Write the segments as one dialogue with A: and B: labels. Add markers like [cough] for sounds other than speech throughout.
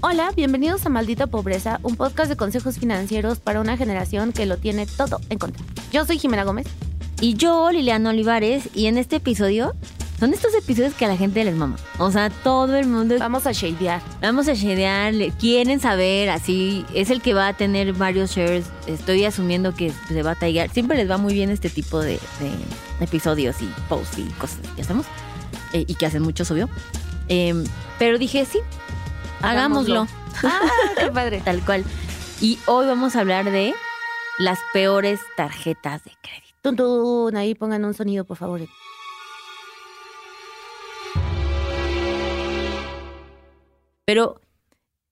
A: Hola, bienvenidos a Maldita Pobreza, un podcast de consejos financieros para una generación que lo tiene todo en contra. Yo soy Jimena Gómez.
B: Y yo, Liliana Olivares, y en este episodio son estos episodios que a la gente les mama. O sea, todo el mundo
A: Vamos a
B: [laughs]
A: shadear.
B: vamos a shadear, le- quieren saber, así es el que va a tener varios shares. Estoy asumiendo que se va a taggear. Siempre les va muy bien este tipo de, de episodios y posts y cosas que hacemos eh, y que hacen muchos, obvio. Em, pero dije, sí, hagámoslo.
A: Ah, qué padre.
B: Tal cual. Y hoy vamos a hablar de las peores tarjetas de crédito.
A: Tun, tun, ahí pongan un sonido, por favor.
B: Pero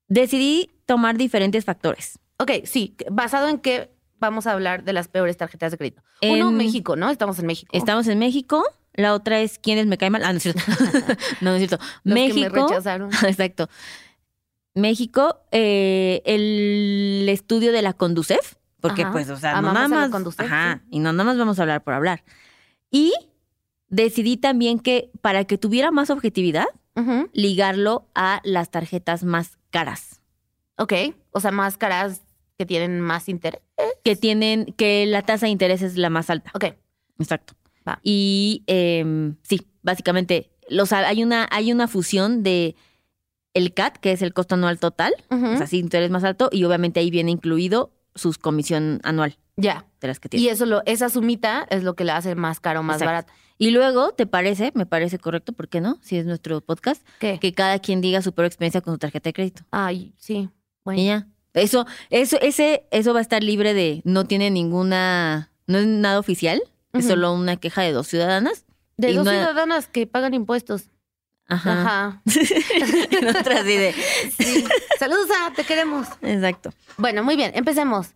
B: decidí tomar diferentes factores.
A: Ok, sí, basado en qué vamos a hablar de las peores tarjetas de crédito. Uno,
B: En-
A: México, ¿no? Estamos en México.
B: Estamos en México. La otra es quiénes me caen mal. Ah, no es cierto. [laughs] no, no es cierto.
A: Los que me
B: México.
A: rechazaron.
B: [laughs] Exacto. México, eh, el estudio de la Conducef, porque
A: Ajá.
B: pues, o sea, no
A: Amamos
B: nada
A: a la
B: más.
A: Conducef,
B: ajá, y no nada más vamos a hablar por hablar. Y decidí también que para que tuviera más objetividad,
A: Ujú,
B: ligarlo a las tarjetas más caras.
A: Ok, o sea, máscaras que tienen más interés.
B: Que tienen, que la tasa de interés es la más alta.
A: Ok,
B: Exacto.
A: Va.
B: Y em, sí, básicamente, los, hay, una, hay una fusión de el CAT, que es el costo anual total,
A: ujú,
B: o sea, sí, interés más alto, y obviamente ahí viene incluido sus comisión anual
A: ya.
B: de las que
A: Y
B: tienes.
A: eso lo, esa sumita es lo que la hace más caro, más
B: Exacto.
A: barata.
B: Y, luego, ¿te parece? Me parece correcto, ¿por qué no? Si es nuestro podcast,
A: ¿Qué?
B: que cada quien diga su peor experiencia con su tarjeta de crédito.
A: Ay, sí. Bueno.
B: Y ya. Eso, eso, ese, eso va a estar libre de, no tiene ninguna, no es nada oficial, es
A: Ujú.
B: solo una queja de dos ciudadanas.
A: De
B: Y
A: dos
B: no-
A: ciudadanas que pagan impuestos.
B: Ajá.
A: Ajá.
B: [laughs] en otras sí de-
A: Sí. Saludos, ah, te queremos.
B: Exacto.
A: Bueno, muy bien, empecemos.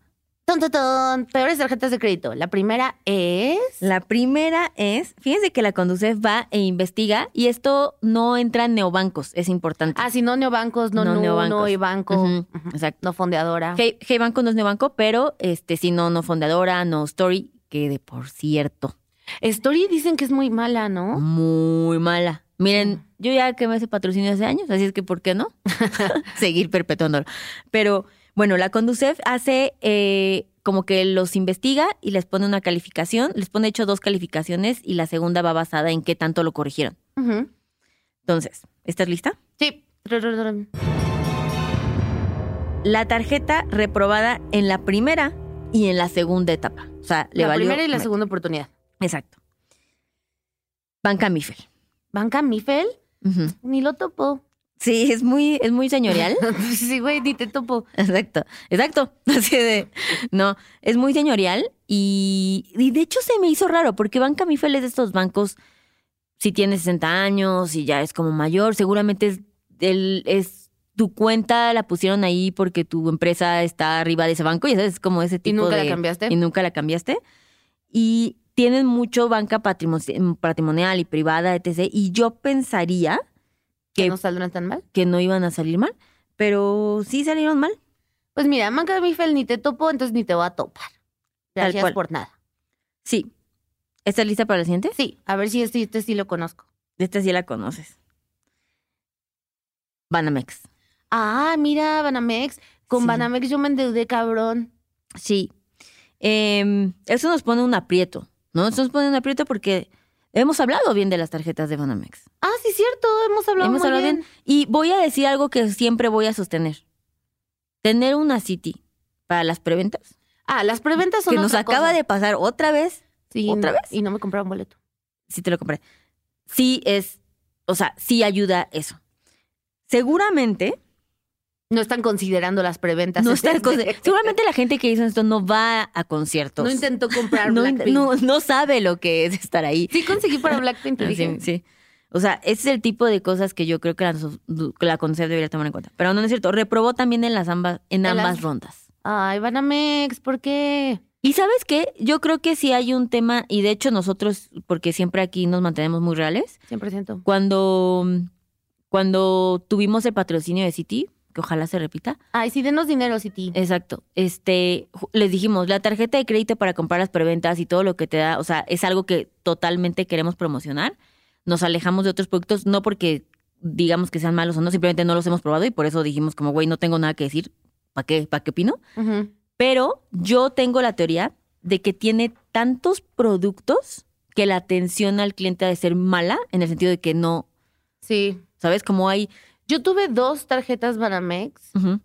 A: Ton, ton, ton. Peores tarjetas de crédito. La primera es.
B: La primera es, fíjense que la Conducef va e investiga y esto no entra en neobancos, es importante.
A: Ah, sí, no neobancos, no,
B: No
A: no
B: neobancos.
A: no banco.
B: Ujú, Exacto.
A: No fondeadora.
B: Hey, Hey Banco no es neobanco, pero este sí no no fundadora, no story, que de por cierto,
A: Story dicen que es muy mala, ¿no?
B: muy mala. Miren,
A: Sí.
B: yo ya que me hace patrocinio hace años, así es que
A: [laughs]
B: ¿por qué no? [laughs] Seguir perpetuándolo. Pero bueno, la Conducef hace eh, como que los investiga y les pone una calificación, les pone de hecho dos calificaciones y la segunda va basada en qué tanto lo corrigieron.
A: Ujú.
B: Entonces, ¿estás lista?
A: Sí. Rorororón.
B: La tarjeta reprobada en la primera y en la segunda etapa. O sea, le
A: La
B: valió
A: primera y la
B: me-
A: segunda oportunidad.
B: Exacto. Banca Mifel.
A: Banca Mifel,
B: Ujú.
A: ni lo topo. [laughs]
B: Sí, es muy, es muy señorial.
A: sí, güey, ni te topo.
B: Exacto, exacto. [laughs] Así de, no, es muy señorial y, y de hecho se me hizo raro porque Banca Mifel es de estos bancos, si tienes 60 años y ya es como mayor, seguramente es, el, es tu cuenta la pusieron ahí porque tu empresa está arriba de ese banco y sabes, es como ese
A: Y
B: tipo
A: nunca
B: de...
A: la cambiaste.
B: y nunca la cambiaste. Y tienen mucho banca patrimo- patrimonial y privada, etc. Y yo pensaría
A: que
B: que-
A: no saldrán tan mal.
B: que no iban a salir mal, pero sí salieron mal.
A: Pues mira, Banca Mifel ni te topo, entonces ni te voy a topar.
B: Tal
A: Gracias
B: cual.
A: por nada.
B: Sí. ¿Estás lista para la siguiente?
A: Sí, a ver si este, este sí lo conozco.
B: Esta sí la conoces. Banamex.
A: Ah, mira, Banamex. Con
B: Sí.
A: Banamex yo me endeudé, cabrón.
B: Sí. Em, eso nos pone un aprieto, ¿no? Eso nos pone un aprieto porque hemos hablado bien de las tarjetas de Banamex.
A: Ah, sí, cierto, hemos hablado
B: Hemos
A: muy
B: hablado
A: bien.
B: bien. Y voy a decir algo que siempre voy a sostener. Tener una City para las preventas,
A: Ah, las preventas son
B: que nos
A: otra
B: acaba
A: cosa.
B: de pasar otra vez,
A: Sí,
B: ¿Otra
A: no,
B: vez?
A: Y no me compraron boleto.
B: si te lo compré. Sí es, o sea, sí ayuda eso. Seguramente
A: No están considerando las preventas.
B: No está conce- Seguramente la gente que hizo esto no va a
A: No
B: conciertos. [laughs]
A: intentó comprar
B: No in-
A: Blackpink.
B: no- no sabe lo que es estar ahí.
A: Sí conseguí para Blackpink, te
B: [laughs] Ah,
A: dije.
B: Sí, sí. O sea, ese es el tipo de cosas que yo creo que la, so- que la CONCEP debería tomar en cuenta. Pero no, no es cierto. Reprobó también en las ambas, en
A: En
B: ambas
A: las-
B: rondas.
A: Ay, Banamex, ¿por qué?
B: Y sabes qué, yo creo que sí hay un tema, y de hecho nosotros, porque siempre aquí nos mantenemos muy reales,
A: 100%.
B: cuando, cuando tuvimos el patrocinio de City, que ojalá se repita,
A: Ay, sí, denos dinero, City.
B: Exacto. Este, ju- les dijimos, la tarjeta de crédito para comprar las preventas y todo lo que te da, o sea, es algo que totalmente queremos promocionar. Nos alejamos de otros productos, no porque digamos que sean malos o no, simplemente no los hemos probado y por eso dijimos como, güey, no tengo nada que decir, ¿para qué? ¿Para qué opino?
A: Ujú.
B: Pero yo tengo la teoría de que tiene tantos productos que la atención al cliente ha de ser mala, en el sentido de que no,
A: Sí.
B: ¿sabes? Como hay...
A: Yo tuve dos tarjetas Banamex
B: ujú,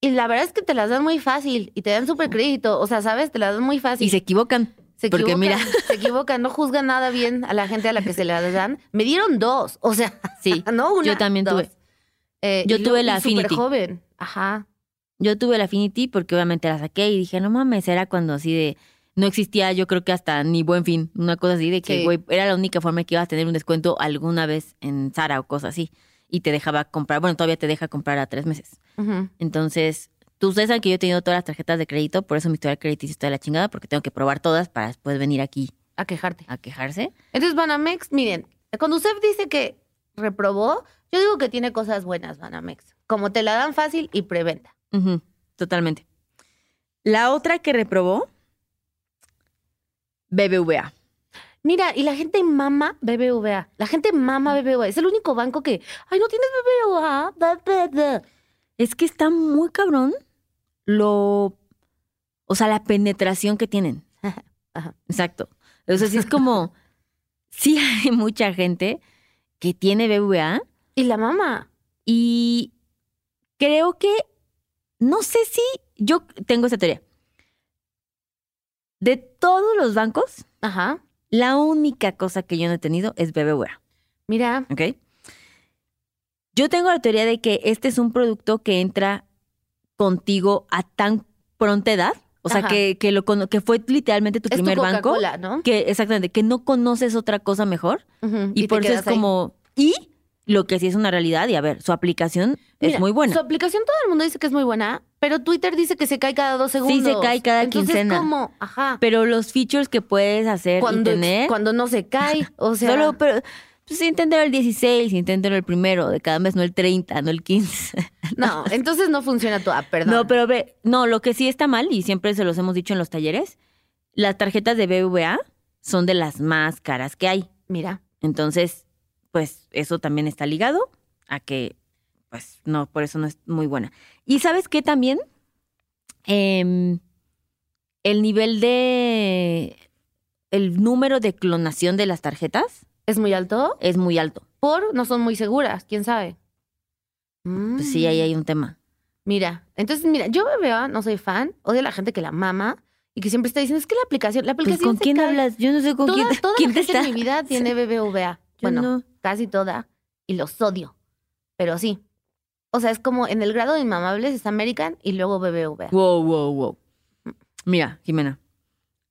A: y la verdad es que te las dan muy fácil y te dan súper crédito. O sea, ¿sabes? Te las dan muy fácil.
B: Y se equivocan.
A: Se
B: Porque
A: equivocan,
B: mira.
A: [laughs] se equivocan, no juzgan nada bien a la gente a la que se la dan. Me dieron dos, o sea, [laughs]
B: Sí.
A: no una.
B: Yo también
A: dos.
B: tuve.
A: Eh,
B: Yo
A: y lo-
B: tuve la
A: y súper
B: Affinity.
A: joven, ajá.
B: Yo tuve la Affinity porque obviamente la saqué y dije, no mames, era cuando así de... No existía, yo creo que hasta ni buen fin, una cosa así de que,
A: Sí.
B: güey, era la única forma que ibas a tener un descuento alguna vez en Zara o cosas así. Y te dejaba comprar, bueno, todavía te deja comprar a tres meses.
A: Ujú.
B: Entonces, tú ustedes saben que yo he tenido todas las tarjetas de crédito, por eso mi historia crediticio está de la chingada, porque tengo que probar todas para después venir aquí
A: A quejarte.
B: a quejarse.
A: Entonces, Banamex, miren, cuando usted dice que reprobó, yo digo que tiene cosas buenas, Banamex. Como te la dan fácil y preventa.
B: Ujú, Totalmente. La otra que reprobó, BBVA.
A: Mira, y la gente mama BBVA. La gente mama BBVA. Es el único banco que, ay, no tienes BBVA. Bla, bla, bla".
B: Es que está muy cabrón lo. O sea, la penetración que tienen.
A: Ajá.
B: Exacto. O sea, sí es como. sí hay mucha gente que tiene BBVA,
A: Y la mama.
B: Y creo que, no sé si, yo tengo esta teoría. De todos los bancos,
A: Ajá.
B: la única cosa que yo no he tenido es BBVA,
A: Mira,
B: ¿ok? Yo tengo la teoría de que este es un producto que entra contigo a tan pronta edad, o sea,
A: Ajá.
B: que, que, lo, cono- que fue literalmente tu
A: es tu
B: primer banco,
A: Coca-Cola, ¿no?
B: que exactamente, que no conoces otra cosa mejor
A: Ujú,
B: y,
A: te
B: por eso es
A: quedas ahí.
B: como... Y lo que sí es una realidad, y a ver, su aplicación
A: Mira,
B: es muy buena.
A: Su aplicación todo el mundo dice que es muy buena, pero Twitter dice que se cae cada dos segundos.
B: cae cada
A: Entonces,
B: quincena.
A: ¿cómo? Ajá.
B: pero los features que puedes hacer
A: Cuando,
B: y
A: ex-
B: tener,
A: cuando no se
B: [laughs]
A: cae, o sea,
B: solo, pero pues inténtalo el 16, inténtalo el primero de cada mes, no el 30, no el 15.
A: no, entonces no funciona tu app, perdón.
B: No, pero ve, no, lo que sí está mal y siempre se los hemos dicho en los talleres, las tarjetas de BBVA son de las más caras que hay.
A: Mira,
B: Entonces, pues eso también está ligado a que, pues no, por eso no es muy buena. Y sabes qué también, Em, el nivel de, el número de clonación de las tarjetas
A: es muy alto,
B: es muy alto.
A: por no son muy seguras, quién sabe. Mm.
B: Pues sí, ahí hay un tema.
A: Mira, entonces, mira, yo BBVA no soy fan, odio a la gente que la mama y que siempre está diciendo, es que la aplicación, la
B: Pues
A: aplicación
B: con
A: se
B: quién
A: cae".
B: hablas, yo no sé con
A: Toda,
B: quién,
A: toda
B: [laughs] quién
A: la
B: te
A: gente
B: está.
A: en mi vida tiene BBVA.
B: Yo
A: bueno,
B: no.
A: casi toda, y los odio. Pero sí. O sea, es como en el grado de inmamables está American y luego BBVA.
B: Wow, wow, wow. Mira, Jimena.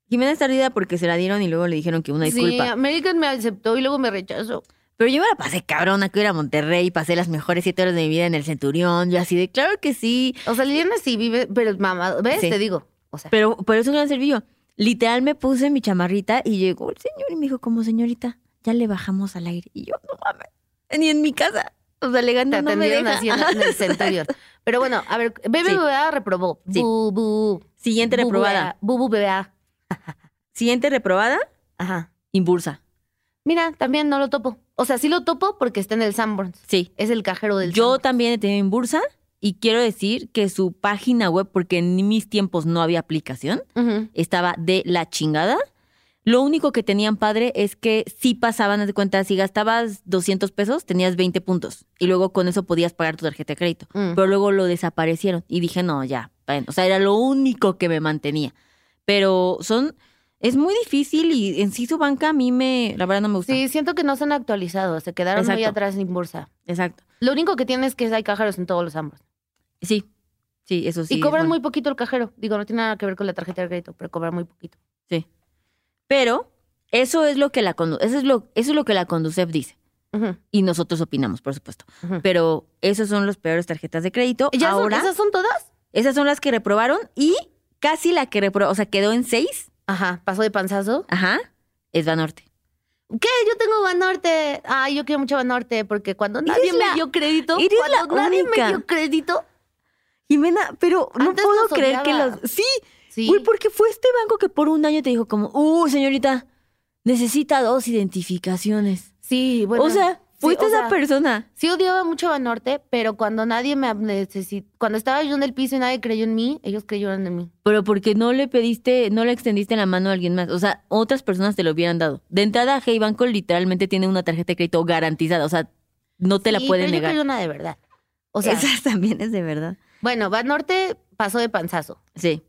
B: Jimena está ardida porque se la dieron y luego le dijeron que una
A: sí,
B: disculpa.
A: American me aceptó y luego me rechazó.
B: Pero yo me la pasé cabrona que iba a Monterrey, pasé las mejores siete horas de mi vida en el Centurión, yo así de claro que sí.
A: O sea, Liliana sí vive, pero mamá, ¿ves?
B: Sí.
A: Te digo. O sea,
B: Pero, pero es un gran servicio. Literal me puse mi chamarrita y llegó el señor y me dijo, como señorita, ya le bajamos al aire. Y yo, no mames, ni en mi casa. O sea,
A: te
B: le ganó, no me
A: atendieron
B: deja.
A: así en, en el Centurion. Pero bueno, a ver, BBVA reprobó.
B: Sí.
A: Bu, bu,
B: [laughs] Siguiente
A: bu,
B: reprobada.
A: bu, bu, BBVA.
B: Siguiente reprobada,
A: Ajá.
B: Inbursa.
A: Mira, también no lo topo. O sea, sí lo topo porque está en el Sanborns.
B: Sí.
A: Es el cajero del
B: Yo
A: Sanborns.
B: también he tenido Inbursa y quiero decir que su página web, porque en mis tiempos no había aplicación,
A: Ujú.
B: estaba de la chingada. Lo único que tenían padre es que sí pasaban haz de cuenta, si gastabas 200 pesos, tenías 20 puntos. Y luego con eso podías pagar tu tarjeta de crédito.
A: Mm.
B: Pero luego lo desaparecieron. Y dije, no, ya. ven. O sea, era lo único que me mantenía. Pero son. Es muy difícil y en sí su banca a mí me. La verdad no me gusta.
A: Sí, siento que no se han actualizado. Se quedaron muy
B: Exacto.
A: atrás en Bursa.
B: Exacto.
A: Lo único que tiene es que hay cajeros en todos los ambos.
B: Sí. Sí, eso sí.
A: y
B: es
A: cobran
B: bueno.
A: muy poquito el cajero. Digo, no tiene nada que ver con la tarjeta de crédito, pero cobran muy poquito.
B: Pero eso es lo que la Condu- eso es lo, eso es lo que la Conducef dice.
A: Ujú,
B: Y nosotros opinamos, por supuesto.
A: ujú.
B: Pero esas son las peores tarjetas de crédito.
A: ¿Ya son-
B: Ahora,
A: ¿Esas son todas?
B: Esas son las que reprobaron y casi la que reprobó, o sea, quedó en seis.
A: Ajá, pasó de panzazo.
B: Ajá. Es Banorte.
A: ¿Qué? Yo tengo Banorte. Ay, yo quiero mucho Banorte porque cuando
B: Eres
A: nadie me
B: la-
A: dio crédito,
B: eres
A: cuando
B: la
A: nadie
B: única.
A: me dio crédito,
B: Jimena, pero no
A: Antes
B: puedo
A: nos
B: creer que
A: odiaba.
B: los. Sí,
A: sí.
B: güey, porque fue este banco que por un año te dijo como, uh, señorita, necesita dos identificaciones.
A: Sí, bueno.
B: o sea, Fuiste
A: o
B: esa
A: sea,
B: persona.
A: Sí odiaba mucho Banorte, pero cuando nadie me necesitó, cuando estaba yo en el piso y nadie creyó en mí, ellos creyeron en mí.
B: Pero porque no le pediste, no le extendiste la mano a alguien más. O sea, otras personas te lo hubieran dado. De entrada, Hey Banco literalmente tiene una tarjeta de crédito garantizada. O sea, no te la
A: Sí,
B: pueden
A: pero
B: negar.
A: Yo creo una de verdad. O sea,
B: Esas también es de verdad.
A: bueno, Banorte pasó de panzazo.
B: Sí.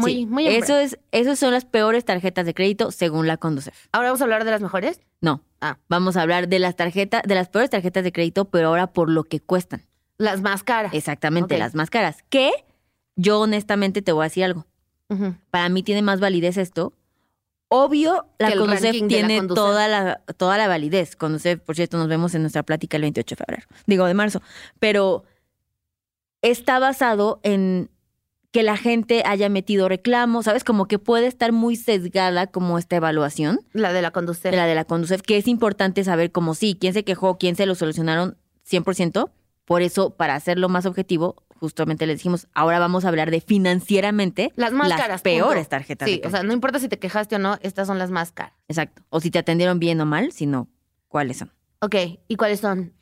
A: Muy,
B: sí.
A: muy en
B: Eso
A: breve.
B: es, esas son las peores tarjetas de crédito según la Conducef.
A: Ahora vamos a hablar de las mejores.
B: No.
A: Ah.
B: Vamos a hablar de las tarjetas, de las peores tarjetas de crédito, pero ahora por lo que cuestan.
A: Las más caras.
B: Exactamente,
A: Ok.
B: las más caras. Que yo honestamente te voy a decir algo.
A: Ujú.
B: para mí tiene más validez esto. Obvio, la
A: Que el
B: CONUCEF
A: ranking de la
B: tiene
A: CONDUCEF.
B: toda, la, toda la validez. CONUCEF, por cierto, nos vemos en nuestra plática el 28 de febrero, digo, de marzo. Pero está basado en que la gente haya metido reclamos, ¿sabes? Como que puede estar muy sesgada como esta evaluación,
A: La de la conducir.
B: de la de la CONDUCEF, que es importante saber como sí, quién se quejó, quién se lo solucionaron 100%. Por eso, para hacerlo más objetivo, justamente les dijimos, ahora vamos a hablar de financieramente
A: Las más caras, punto.
B: peores tarjetas. de
A: Sí, o
B: crédito.
A: sea, no importa si te quejaste o no, estas son las más caras.
B: Exacto. O si te atendieron bien o mal, sino cuáles son.
A: Ok, ¿y cuáles son?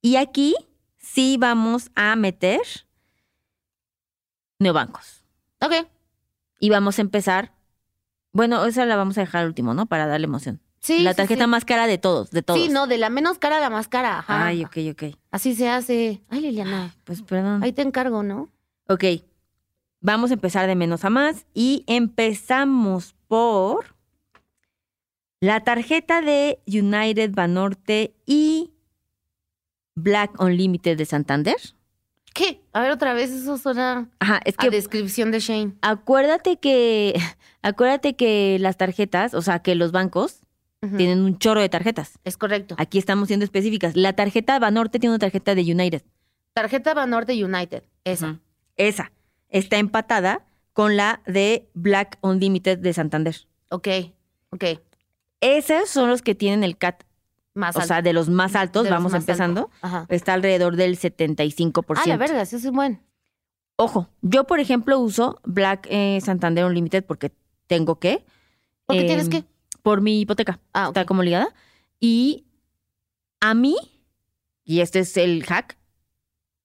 B: Y aquí sí vamos a meter neobancos.
A: Ok,
B: Y vamos a empezar. Bueno, esa la vamos a dejar al último, ¿no? Para darle emoción.
A: sí.
B: la
A: sí,
B: tarjeta
A: sí.
B: más cara de todos, de todos.
A: Sí, no, de la menos cara a la más cara. Ajá.
B: Ay, ok, ok.
A: Así se hace. Ay, Liliana,
B: Pues perdón.
A: ahí te encargo, ¿no?
B: Ok. Vamos a empezar de menos a más. Y empezamos por la tarjeta de United Banorte y Black Unlimited de Santander.
A: ¿Qué? A ver, otra vez, eso suena
B: Ajá, es
A: a
B: que
A: descripción Ah, de Shane.
B: acuérdate que [laughs] acuérdate que las tarjetas, o sea, que los bancos
A: Ujú,
B: tienen un chorro de tarjetas.
A: Es correcto.
B: Aquí estamos siendo específicas. La tarjeta Banorte tiene una tarjeta de United.
A: Tarjeta Banorte United, esa.
B: Ujú. Esa está empatada con la de Black Unlimited de Santander.
A: Ok, ok.
B: Esos son los que tienen el CAT,
A: Más
B: o sea, de los más altos,
A: De los
B: vamos
A: más
B: empezando.
A: alto. Ajá.
B: Está alrededor del 75%.
A: Ah, la verga, sí, es buen.
B: Ojo, yo por ejemplo uso Black eh, Santander Unlimited porque tengo que.
A: ¿Por qué
B: eh,
A: tienes que?
B: Por mi hipoteca.
A: Ah, ok.
B: está como ligada. Y a mí, y este es el hack,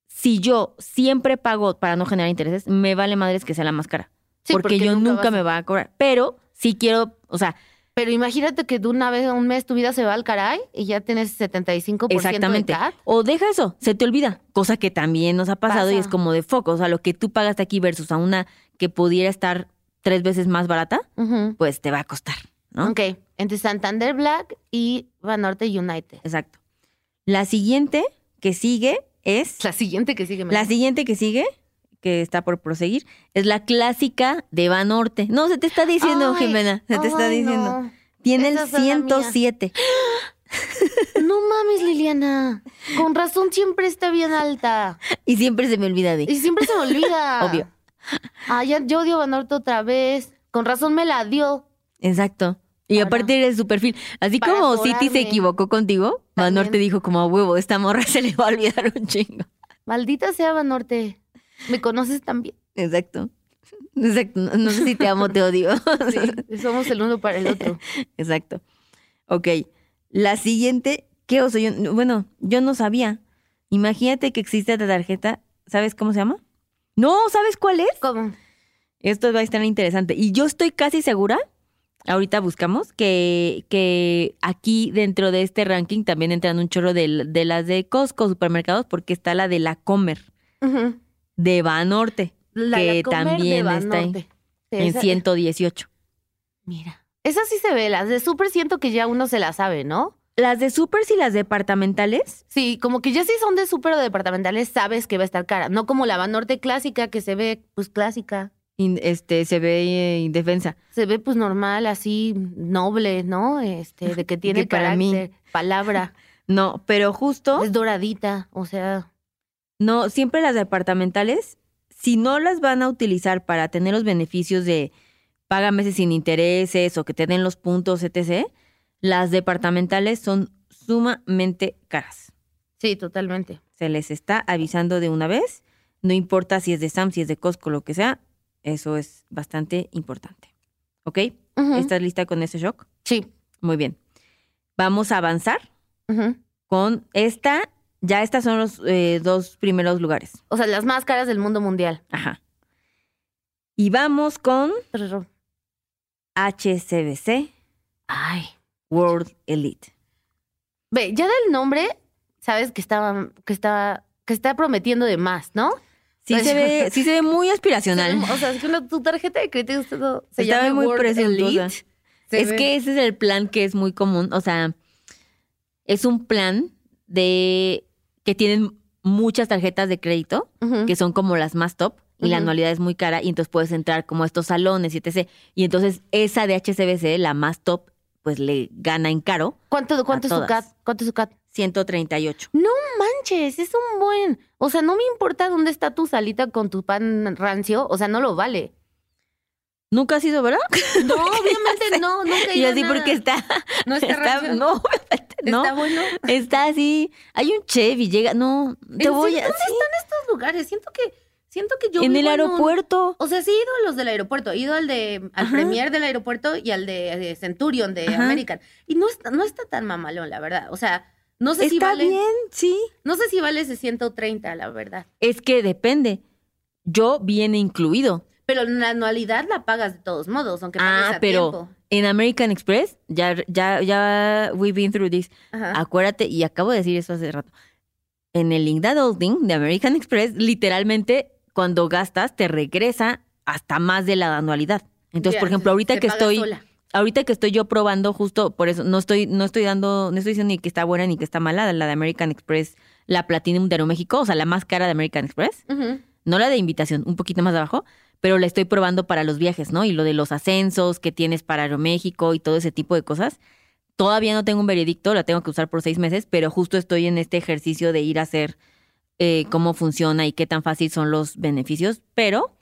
B: si yo siempre pago para no generar intereses, me vale madres que sea la más cara.
A: Sí,
B: porque, yo nunca,
A: vas-
B: me va a cobrar. Pero si quiero, o sea,
A: Pero imagínate que de una vez a un mes tu vida se va al caray y ya tienes 75%
B: Exactamente.
A: de CAT.
B: o deja eso, se te olvida. Cosa que también nos ha pasado y
A: Pasa.
B: es como de foco. O sea, lo que tú pagaste aquí versus a una que pudiera estar tres veces más barata,
A: Ujú.
B: pues te va a costar, ¿no?
A: Ok, entre Santander Black y Banorte United.
B: Exacto. La siguiente que sigue es...
A: La siguiente que sigue. me-
B: La siguiente que sigue, que está por proseguir, es la clásica de Banorte. No, se te está diciendo,
A: Ay,
B: Jimena, se te está
A: Ay,
B: diciendo. Tiene el
A: Esas son la mía.
B: 107.
A: No. no mames, Liliana. Con razón siempre está bien alta.
B: Y siempre se me olvida de.
A: Y siempre se me olvida.
B: [laughs] Obvio.
A: Ah, ya, yo odio Banorte otra vez. Con razón me la dio.
B: Exacto. Y
A: Para-
B: aparte eres su perfil. Así
A: para
B: como City se
A: cobrarme.
B: equivocó contigo,
A: También.
B: Banorte dijo como a huevo, esta morra [laughs] se le va a olvidar un chingo.
A: Maldita sea Banorte. Me conoces
B: [laughs]
A: también.
B: Exacto. Exacto. No, no sé si te amo o te odio. [laughs]
A: Sí, somos el uno para el otro.
B: Exacto. Ok. La siguiente, ¿qué oso? Yo, no, bueno, yo no sabía. Imagínate que existe esta tarjeta. ¿Sabes cómo se llama? No, ¿sabes cuál es?
A: ¿Cómo?
B: Esto va a estar interesante. Y yo estoy casi segura, ahorita buscamos, que, que aquí dentro de este ranking también entran un chorro de, de las de Costco, supermercados, porque está la de la Comer,
A: Ujú.
B: de Banorte,
A: La
B: Que
A: Lacomer
B: también
A: de
B: está ahí,
A: Banorte.
B: en
A: Esa-
B: 118.
A: Mira. Esas sí se ve, las de súper siento que ya uno se las sabe, ¿no?
B: Las de supers y las departamentales
A: Sí, como que ya sí son de súper o departamentales, sabes que va a estar cara. No como la Banorte clásica, que se ve, pues clásica.
B: in- este, se ve eh, indefensa.
A: Se ve, pues normal, así, noble, ¿no? Este,
B: [laughs]
A: de que tiene
B: Que para mí.
A: carácter, palabra.
B: No, pero justo,
A: Es doradita, o sea.
B: no, siempre las departamentales, si no las van a utilizar para tener los beneficios de paga meses sin intereses o que te den los puntos, etc., las departamentales son sumamente caras.
A: Sí, totalmente.
B: Se les está avisando de una vez, no importa si es de Sam, si es de Costco, lo que sea, eso es bastante importante. ¿Ok?
A: Ujú.
B: ¿Estás lista con ese shock?
A: Sí.
B: Muy bien. Vamos a avanzar
A: Ujú.
B: con esta, ya estas son los eh, dos primeros lugares.
A: O sea, las más caras del mundo mundial.
B: Ajá. Y vamos con
A: Pero-
B: HCBC
A: Ay.
B: World Elite.
A: Ve, ya del nombre, sabes que estaba, que estaba, que está prometiendo de más, ¿no?
B: Sí
A: [laughs]
B: se ve, sí se ve muy aspiracional.
A: O sea, es que una- tu tarjeta de crédito se
B: Estaba
A: llama
B: muy
A: World
B: presuntuosa.
A: Elite. Se
B: Es
A: ve-
B: que ese es el plan que es muy común. O sea, es un plan de que tienen muchas tarjetas de crédito,
A: Ujú.
B: que son como las más top, y la
A: Ujú.
B: anualidad es muy cara, y entonces puedes entrar como a estos salones, y etc. Y entonces esa de HCBC, la más top, pues le gana en caro
A: ¿Cuánto, cuánto es su
B: todas.
A: cat? ¿Cuánto es su cat?
B: 138.
A: Manches, es un buen. O sea, no me importa dónde está tu salita con tu pan rancio. O sea, no lo vale.
B: [laughs] Nunca ha sido, ¿verdad?
A: No, obviamente no. Nunca
B: [laughs] Y
A: iba
B: así
A: nada.
B: porque está,
A: no [laughs] está,
B: está-
A: rancio.
B: no, [laughs] no,
A: Está bueno.
B: está así. Hay un Chevy, llega, no, te
A: ¿En
B: voy
A: serio?
B: a,
A: ¿Dónde
B: sí,
A: Estos lugares, siento que, siento que yo.
B: en
A: vivo
B: el
A: un-
B: aeropuerto.
A: O sea, sí he ido a los del aeropuerto. He ido al de al
B: Ajá.
A: Premier del aeropuerto y al de, de Centurion de
B: Ajá.
A: American. Y no está, no está tan mamalón, la verdad. O sea, no sé si
B: Está
A: vale.
B: bien, sí.
A: No sé si vale ese 130, la verdad.
B: Es que depende. Yo viene incluido.
A: Pero la anualidad la pagas de todos modos, aunque pagues
B: Ah,
A: a
B: pero
A: tiempo.
B: en American Express, ya, ya, ya, we've been through this.
A: Ajá.
B: Acuérdate, y acabo de decir eso hace rato. En el Link Holding de American Express, literalmente, cuando gastas, te regresa hasta más de la anualidad. Entonces,
A: Ya,
B: por ejemplo, ahorita
A: se
B: que
A: paga
B: estoy,
A: sola.
B: ahorita que estoy yo probando, justo por eso, no estoy, no estoy dando, no estoy diciendo ni que está buena ni que está mala, la de American Express, la Platinum de Aeroméxico, o sea, la más cara de American Express.
A: Ujú.
B: no la de invitación, un poquito más abajo, pero la estoy probando para los viajes, ¿no? Y lo de los ascensos que tienes para Aeroméxico y todo ese tipo de cosas. Todavía no tengo un veredicto, la tengo que usar por seis meses, pero justo estoy en este ejercicio de ir a hacer eh, cómo funciona y qué tan fácil son los beneficios, pero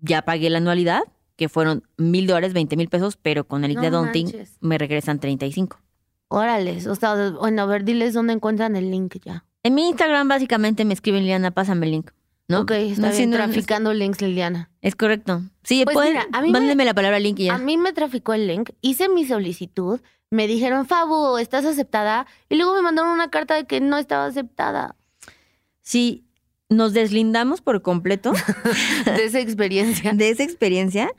B: ya pagué la anualidad, que fueron mil dólares, veinte mil pesos, pero con el
A: No
B: Ida Daunting
A: manches.
B: me regresan 35.
A: Órales, o sea, bueno, a ver, diles dónde encuentran el link ya.
B: En mi Instagram básicamente me escriben, Liana, pásame el link. ¿No?
A: Ok, está
B: No, sí,
A: bien,
B: no, es-
A: traficando links, Liliana.
B: Es correcto. Sí,
A: Pues
B: pueden,
A: mira, a mí me-
B: mándenme la palabra link y ya.
A: A mí me traficó el link, hice mi solicitud, me dijeron, Fabo, estás aceptada, y luego me mandaron una carta de que no estaba
B: [laughs]
A: aceptada
B: Si nos deslindamos
A: [laughs]
B: por completo
A: de esa experiencia.
B: de esa experiencia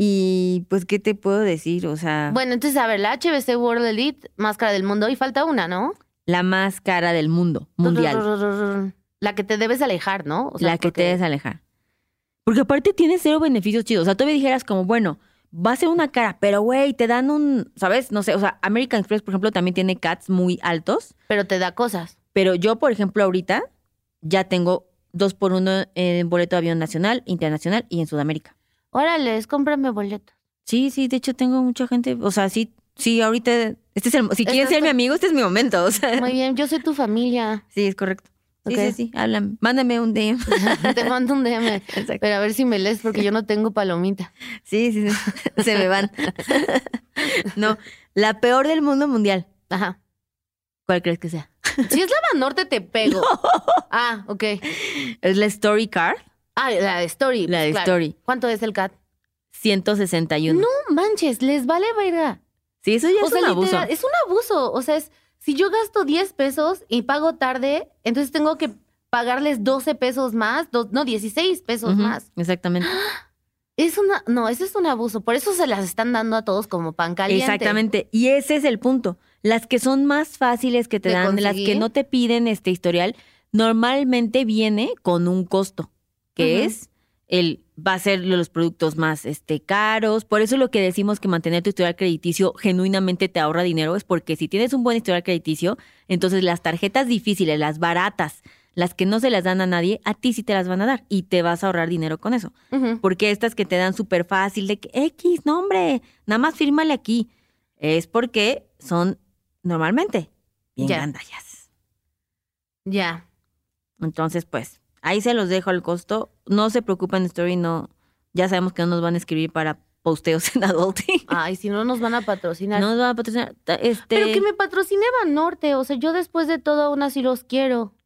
B: y pues, ¿qué te puedo decir? O sea,
A: Bueno, entonces, a ver, la HBC World Elite, máscara del mundo, y falta una, ¿no?
B: la más cara del mundo, mundial,
A: La que te debes alejar, ¿no? O sea,
B: la que
A: porque-
B: te debes alejar. Porque aparte tiene cero beneficios chidos. O sea, tú me dijeras como, bueno, va a ser una cara, pero güey, te dan un, ¿sabes? No sé, o sea, American Express, por ejemplo, también tiene cats muy altos.
A: Pero te da cosas.
B: Pero yo, por ejemplo, ahorita ya tengo dos por uno en boleto de avión nacional, internacional y en Sudamérica.
A: Órales, cómprame
B: [laughs]
A: boleto.
B: Sí, sí, de hecho tengo mucha gente, o sea, sí, sí, ahorita, este es el, si quieres
A: Estás-
B: ser mi amigo, este es mi momento,
A: [laughs]
B: o sea,
A: Muy bien, yo soy tu familia. [laughs]
B: sí, es correcto. Sí,
A: Ok.
B: sí, sí, háblame, mándame un
A: [laughs]
B: DM.
A: Te mando un DM.
B: Exacto.
A: Pero a ver si me lees, porque yo no tengo palomita.
B: Sí, sí, sí, [laughs] se me van. no, la peor del mundo mundial,
A: Ajá.
B: ¿cuál crees que sea?
A: Si es la Banorte, te
B: [laughs]
A: pego. Ah, ok.
B: Es la Story Card,
A: Ah, la de Story.
B: la
A: pues,
B: de
A: claro.
B: Story,
A: ¿Cuánto es el CAT?
B: 161.
A: No manches, les vale verga.
B: Sí, eso ya
A: O
B: es
A: sea,
B: un abuso.
A: literal, es un abuso. O sea, es, si yo gasto 10 pesos y pago tarde, entonces tengo que pagarles 12 pesos más, dos- no, 16 pesos
B: Ujú,
A: más.
B: Exactamente.
A: Es una, no, eso es un abuso. Por eso se las están dando a todos como pan caliente.
B: Exactamente. Y ese es el punto. Las que son más fáciles que te
A: De
B: dan, las que
A: conseguir.
B: no te piden este historial, normalmente viene con un costo, que
A: Ujú.
B: es el va a ser los productos más este caros. Por eso lo que decimos que mantener tu historial crediticio genuinamente te ahorra dinero es porque si tienes un buen historial crediticio, entonces las tarjetas difíciles, las baratas, las que no se las dan a nadie, a ti sí te las van a dar y te vas a ahorrar dinero con eso.
A: Ujú.
B: Porque estas que te dan súper fácil, de que X, no hombre, nada más fírmale aquí. Es porque son normalmente bien
A: Ya.
B: gandallas.
A: Ya.
B: Entonces, pues, ahí se los dejo al costo. No se preocupen, Story, no. Ya sabemos que no nos van a escribir para posteos [laughs] en Adulting.
A: Ay, si no nos van a patrocinar.
B: No nos van a patrocinar. Ta- Este,
A: Pero que me patrocine Banorte. O sea, yo después de todo aún así los quiero.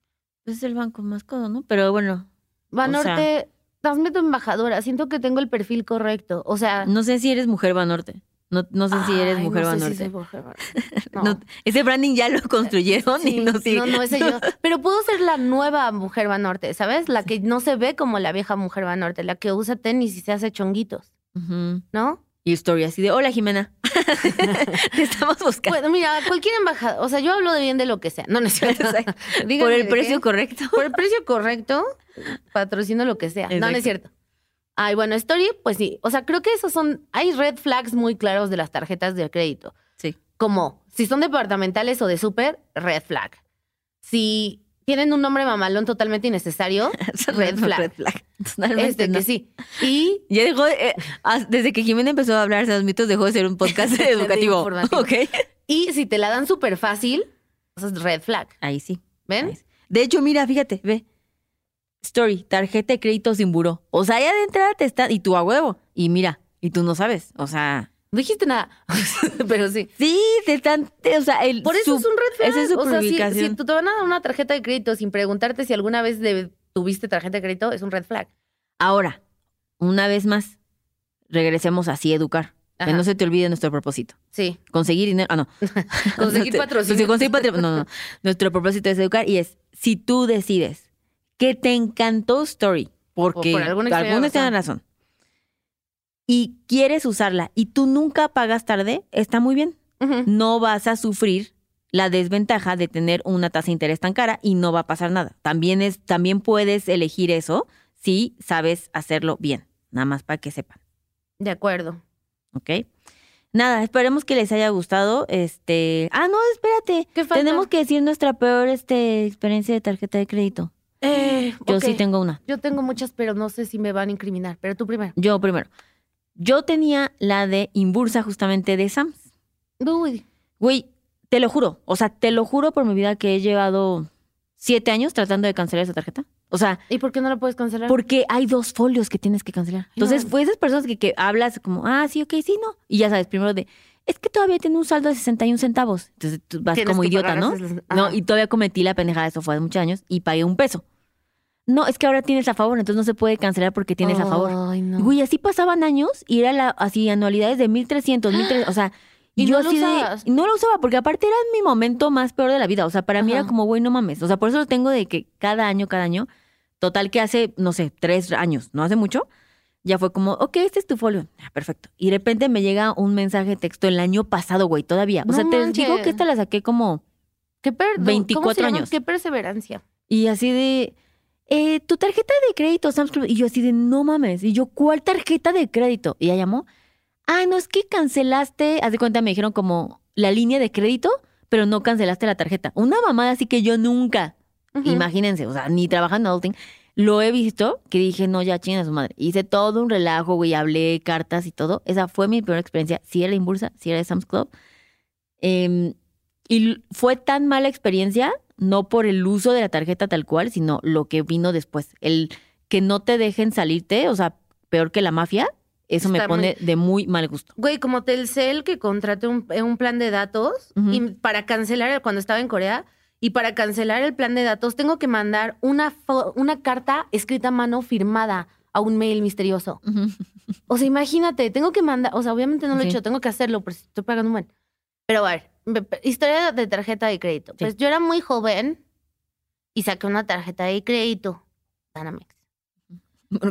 B: pues es el banco más codo, ¿no? Pero bueno,
A: Banorte, hazme tu embajadora. Siento que tengo el perfil correcto. O sea,
B: no sé si eres mujer, Banorte. No, no sé si eres
A: Ay,
B: mujer
A: no
B: o
A: sé si
B: norte.
A: soy
B: [laughs]
A: mujer o no.
B: No, ese branding ya lo construyeron
A: Sí,
B: y no sí.
A: no, no, ese yo. Pero puedo ser la nueva mujer Banorte, ¿sabes? La que no se ve como la vieja mujer Banorte, la que usa tenis y se hace chonguitos,
B: Ujú.
A: ¿no?
B: Y historia así de, hola Jimena, [laughs] te
A: [laughs]
B: estamos buscando.
A: Bueno, mira, cualquier embajada, o sea, yo hablo de bien de lo que sea. No,
B: [laughs]
A: no es cierto.
B: Exacto.
A: Díganme
B: Por
A: de
B: el
A: qué. [laughs]
B: precio correcto.
A: Por el precio correcto, patrocino lo que sea. No, no
B: Exacto.
A: es cierto. Ay, bueno, Story, pues sí. O sea, creo que esos son. Hay red flags muy claros de las tarjetas de crédito.
B: Sí.
A: Como si son departamentales o de súper, red flag. Si tienen un nombre mamalón totalmente innecesario,
B: [laughs]
A: red flag.
B: Red flag. Totalmente.
A: este
B: no.
A: que sí. Y.
B: Ya dejó, eh, as- desde que Jimena empezó a hablar de los mitos, dejó de ser un
A: [laughs]
B: podcast
A: De
B: educativo.
A: informativo.
B: ok.
A: Y si te la dan súper fácil, eso es red flag.
B: Ahí sí.
A: ¿Ven?
B: Ahí sí. De hecho, mira, fíjate, ve. Story, tarjeta de crédito sin buró. O sea, ya de entrada te está. Y tú a huevo. Y mira, y tú no sabes. O sea.
A: No dijiste nada. [laughs] Pero sí.
B: Sí, te están. te- o sea, el.
A: Por eso
B: su-
A: es un red flag.
B: esa es su
A: o sea, si- si,
B: publicación.
A: tú te van a dar una tarjeta de crédito sin preguntarte si alguna vez de- tuviste tarjeta de crédito, es un red flag.
B: Ahora, una vez más, regresemos así a educar. Que
A: Ajá.
B: no se te olvide nuestro propósito.
A: Sí.
B: Conseguir dinero. Ah, no.
A: [laughs] Conseguir
B: No te-
A: patrocinio.
B: conseguir patro- No, no, no. Nuestro propósito es educar y es si tú decides que te encantó Story porque
A: O por alguna extraña
B: algunos tienen razón y quieres usarla y tú nunca pagas tarde, está muy bien.
A: Ujú.
B: No vas a sufrir la desventaja de tener una tasa de interés tan cara y no va a pasar nada. También es también puedes elegir eso si sabes hacerlo bien, nada más para que sepan.
A: De acuerdo.
B: ¿ok? Nada, esperemos que les haya gustado. Este. Ah, no, espérate.
A: ¿Qué falta?
B: Tenemos que decir nuestra peor este, experiencia de tarjeta de crédito. Yo sí
A: Ok.
B: tengo una.
A: Yo tengo muchas, pero no sé si me van a incriminar. Pero tú primero.
B: Yo primero. Yo tenía la de Imbursa, justamente de Sams.
A: Uy.
B: Güey, te lo juro. O sea, te lo juro por mi vida que he llevado siete años tratando de cancelar esa tarjeta. O sea,
A: ¿Y por qué no la puedes cancelar?
B: porque hay dos folios que tienes que cancelar. Entonces,
A: No.
B: fue esas personas que, que hablas como, ah, sí, ok, sí, no. Y ya sabes, primero de, es que todavía tiene un saldo de 61 centavos. Entonces, tú vas
A: Tienes
B: como
A: que
B: idiota,
A: pagar
B: ¿no?
A: esas-
B: No,
A: Ajá.
B: y todavía cometí la pendejada, eso fue hace muchos años, y pagué un peso. No, es que ahora tienes a favor, entonces no se puede cancelar porque tienes
A: Oh.
B: a favor.
A: Ay, no.
B: Güey, así pasaban años y era la, así anualidades de 1300, 1300, o sea,
A: [gasps] ¿Y
B: yo
A: no lo
B: así de-
A: usabas?
B: no lo usaba porque aparte era mi momento más peor de la vida, o sea, para mí era
A: Ajá.
B: como, güey, no mames, o sea, por eso lo tengo de que cada año, cada año, total que hace, no sé, tres años, no hace mucho, ya fue como, ok, este es tu folio, Ah, perfecto. Y de repente me llega un mensaje de texto el año pasado, güey, todavía. O
A: No
B: sea, te digo
A: manches.
B: que esta la saqué como
A: Qué per- ¿cómo se
B: 24
A: llama?
B: años.
A: Qué perseverancia.
B: y así de, eh, tu tarjeta de crédito, Sam's Club. Y yo así de, no mames. Y yo, ¿cuál tarjeta de crédito? Y ella llamó, ah, no, es que cancelaste. Haz de cuenta, me dijeron como la línea de crédito, pero no cancelaste la tarjeta. Una mamada así que yo nunca,
A: Ujú.
B: imagínense, o sea, ni trabajando adulting, lo he visto que dije, no, ya chinga su madre. Hice todo un relajo, güey, hablé cartas y todo. Esa fue mi peor experiencia. Si era Inbursa, si era de Sam's Club. Em, y l- fue tan mala experiencia, no por el uso de la tarjeta tal cual, sino lo que vino después. El que no te dejen salirte, o sea, peor que la mafia, eso me
A: Está muy-
B: pone de muy mal gusto.
A: Güey, como Telcel que contraté un, eh, un plan de datos
B: Ujú.
A: y para cancelar el- cuando estaba en Corea y para cancelar el plan de datos tengo que mandar una fo- una carta escrita a mano firmada a un mail misterioso.
B: [laughs]
A: O sea, imagínate, tengo que mandar, o sea, obviamente no lo he
B: Sí.
A: hecho, tengo que hacerlo porque estoy pagando un buen. Pero a ver, me- pe- historia de tarjeta de crédito. Pues yo era muy joven y saqué una tarjeta de crédito. Banamex.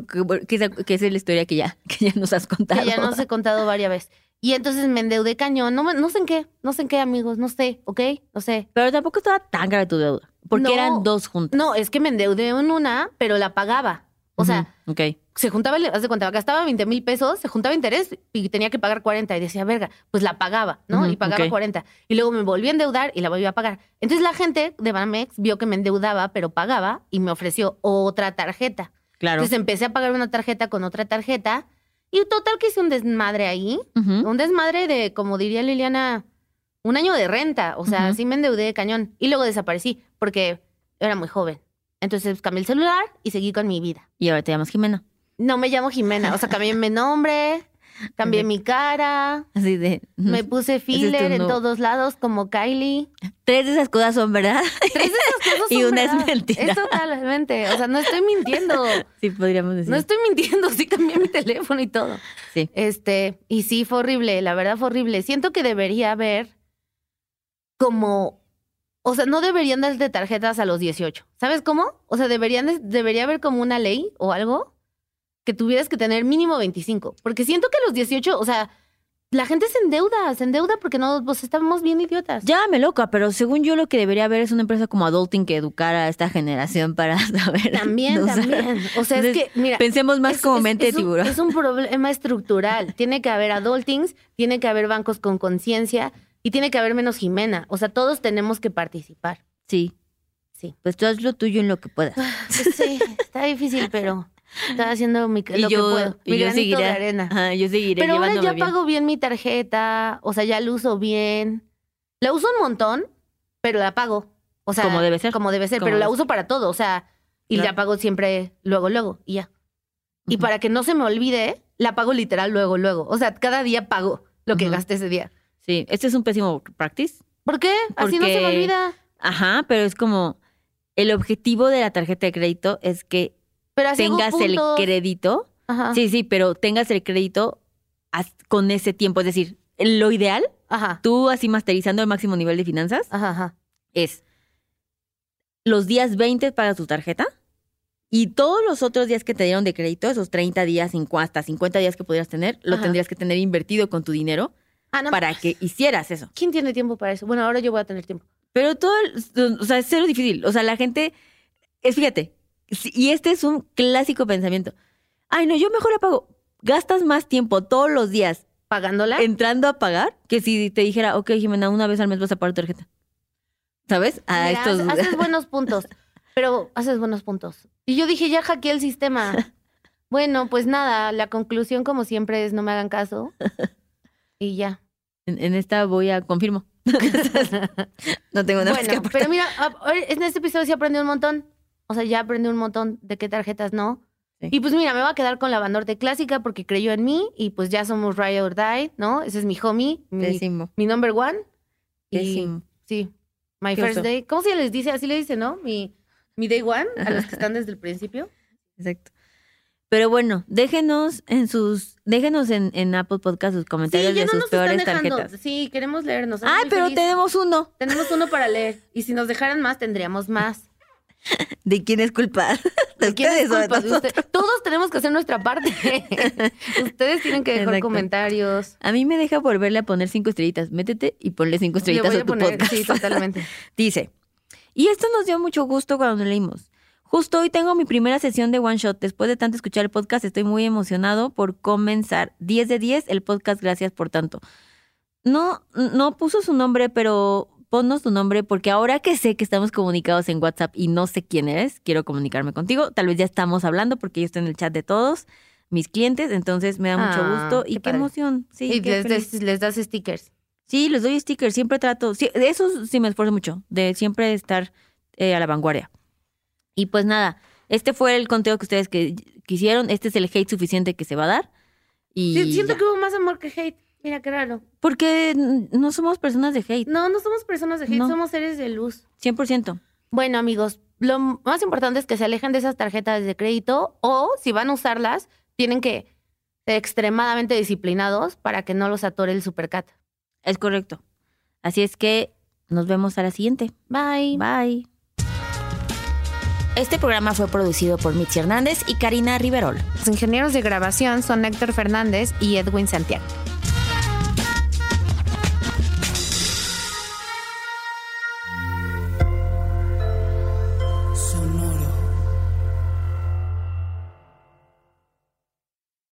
B: Que, que esa- que esa es la historia que ya, que ya nos has contado.
A: Que ya nos he contado varias veces. Y entonces me endeudé cañón. No, me- no sé en qué, no sé en qué, amigos, no sé, ¿ok? No sé.
B: Pero tampoco estaba tan grave tu deuda, porque
A: No.
B: eran dos juntas.
A: No, es que me endeudé en una, pero la pagaba. O sea,
B: Ujú, ok.
A: se juntaba, el- haz de cuenta, gastaba 20 mil pesos, se juntaba interés y tenía que pagar 40. Y decía, verga, pues la pagaba, ¿no?
B: Ujú,
A: y pagaba
B: ok.
A: 40. Y luego me volví a endeudar y la volví a pagar. Entonces la gente de Banamex vio que me endeudaba, pero pagaba y me ofreció otra tarjeta.
B: Claro.
A: Entonces empecé a pagar una tarjeta con otra tarjeta. Y total que hice un desmadre ahí.
B: Ujú.
A: Un desmadre de, como diría Liliana, un año de renta. O sea,
B: Ujú.
A: sí me endeudé de cañón. Y luego desaparecí porque era muy joven. Entonces pues, cambié el celular y seguí con mi vida.
B: Y ahora te llamas Jimena.
A: No me llamo Jimena, o sea, cambié mi nombre, Cambié mi cara,
B: Así de.
A: me puse filler en
B: no.
A: todos lados como Kylie.
B: [laughs] Tres de esas cosas son verdad. [laughs]
A: Tres de esas cosas
B: Y
A: son
B: una es
A: verdad.
B: mentira.
A: Es totalmente, o sea, no estoy mintiendo.
B: Sí, podríamos decir.
A: No estoy mintiendo, [laughs] sí cambié mi teléfono y todo.
B: Sí.
A: Este, y sí, fue horrible, la verdad fue horrible. Siento que debería haber como, o sea, no deberían darte tarjetas a los 18. ¿Sabes cómo? O sea, deberían, de- debería haber como una ley o algo que tuvieras que tener mínimo 25. Porque siento que a los 18, o sea, la gente se endeuda, se endeuda porque no, pues estamos bien idiotas.
B: Llámame loca, pero según yo lo que debería haber es una empresa como Adulting que educara a esta generación para [laughs] saber. [laughs]
A: También,
B: usar.
A: también. O sea, es
B: Entonces,
A: que, mira,
B: Pensemos más
A: Es-
B: como
A: es-
B: mente
A: es
B: de
A: un-
B: tiburón.
A: es un problema estructural. tiene que haber adultings, tiene que haber bancos con conciencia y tiene que haber menos Jimena. O sea, todos tenemos que participar.
B: Sí.
A: Sí.
B: Pues tú haz lo tuyo en lo que puedas.
A: Pues [laughs] sí, está difícil, pero estoy haciendo mi, lo que puedo.
B: y
A: Mi
B: yo
A: granito
B: seguiré.
A: de arena.
B: Ajá, yo seguiré
A: Pero ahora
B: llevándome
A: ya
B: bien.
A: pago bien mi tarjeta, o sea, ya la uso bien. La uso un montón, pero la pago. O sea,
B: Como debe ser.
A: Como debe ser,
B: Como
A: pero la
B: debe
A: uso para todo, o sea, y
B: Claro.
A: la pago siempre luego, luego, y ya. Y
B: Ujú.
A: para que no se me olvide, la pago literal luego, luego. O sea, cada día pago lo que
B: Ujú.
A: gasté ese día.
B: Sí, este es un pésimo practice.
A: ¿Por qué? Así no se me
B: Porque-
A: olvida.
B: Ajá, pero es como el objetivo de la tarjeta de crédito es que
A: Pero así hago
B: tengas el
A: puntos. Ah.
B: crédito.
A: Ajá,
B: Sí, sí, pero tengas el crédito as- con ese tiempo. Es decir, lo ideal,
A: ajá,
B: tú así masterizando el máximo nivel de finanzas,
A: ajá, ajá.
B: es los días 20 para tu tarjeta y todos los otros días que te dieron de crédito, esos 30 días, cincu- hasta 50 días que pudieras tener, lo
A: Ajá.
B: tendrías que tener invertido con tu dinero
A: Ah, no,
B: para que hicieras eso.
A: ¿Quién tiene tiempo para eso? Bueno, ahora yo voy a tener tiempo.
B: Pero todo, el- o sea, es cero difícil. O sea, la gente, es fíjate, si- y este es un clásico pensamiento. Ay, no, yo mejor apago. Gastas más tiempo todos los días
A: ¿Pagándola?
B: entrando a pagar que si te dijera, ok, Jimena, una vez al mes vas a pagar tu tarjeta. ¿Sabes? A
A: Mira,
B: ah, estos.
A: haces,
B: [laughs]
A: haces buenos puntos, pero haces buenos puntos. Y yo dije, ya hackeé el
B: [laughs]
A: sistema. Bueno, pues nada, la conclusión como siempre es no me hagan
B: [laughs]
A: caso. Y ya.
B: En, en esta voy a confirmo. [laughs] no tengo nada más que
A: Bueno,
B: aportar.
A: pero mira, a- ahora- en este episodio sí aprendí un montón. O sea, ya aprendí un montón de qué tarjetas no.
B: Sí.
A: Y pues mira, me voy a quedar con la bandorte clásica porque creyó en mí y pues ya somos Ride or Die, ¿no? Ese es mi homie, mi,
B: Décimo.
A: mi number one. Y
B: Décimo.
A: sí, my
B: Qué
A: first
B: oso.
A: day. ¿Cómo se les dice? Así le dice, ¿no? Mi, mi day one, a los que están desde el principio.
B: Exacto. Pero bueno, déjenos en sus, déjenos en, en Apple Podcast sus comentarios
A: Sí, ya
B: de
A: no
B: sus
A: nos están
B: peores
A: dejando.
B: tarjetas.
A: Sí, queremos leernos.
B: Ay, pero tenemos uno.
A: Tenemos uno para leer. Y si nos dejaran más, tendríamos más.
B: ¿De quién es culpa? De, [laughs]
A: ¿De quién es
B: ustedes o de
A: culpa de
B: nosotros?
A: usted? Todos tenemos que hacer nuestra [laughs] parte. ustedes tienen que dejar
B: Exacto.
A: comentarios.
B: A mí me deja volverle a poner cinco estrellitas. Métete y ponle cinco
A: Le
B: estrellitas
A: voy
B: a
A: a
B: tu
A: poner,
B: podcast.
A: sí, [laughs] totalmente.
B: Dice, y esto nos dio mucho gusto cuando leímos. Justo hoy tengo mi primera sesión de One Shot. Después de tanto escuchar el podcast, estoy muy emocionado por comenzar. 10 de 10, el podcast, gracias por tanto. No, no puso su nombre, pero ponnos tu nombre, porque ahora que sé que estamos comunicados en WhatsApp y no sé quién eres, quiero comunicarme contigo. Tal vez ya estamos hablando, porque yo estoy en el chat de todos mis clientes, entonces me da mucho
A: Ah,
B: gusto y
A: qué
B: qué,
A: padre.
B: emoción. Sí,
A: y
B: qué
A: les,
B: feliz.
A: des- les das stickers.
B: Sí, les doy stickers, siempre trato, sí, de eso sí me esfuerzo mucho, de siempre estar eh, a la vanguardia. Y pues nada, este fue el conteo que ustedes que quisieron, este es el hate suficiente que se va a dar. Y
A: Sí, siento
B: ya.
A: que hubo más amor que hate. Mira, qué raro.
B: Porque n- no somos personas de hate,
A: No, no somos personas de hate,
B: No.
A: somos seres de luz.
B: 100%.
A: Bueno, amigos, lo más importante es que se alejen de esas tarjetas de crédito o si van a usarlas, tienen que ser extremadamente disciplinados para que no los atore el supercat.
B: Es correcto. Así es que nos vemos a la siguiente.
A: Bye.
B: Bye. Este programa fue producido por Mitzi Hernández y Karina Riverol.
A: Los ingenieros de grabación son Héctor Fernández y Edwin Santiago.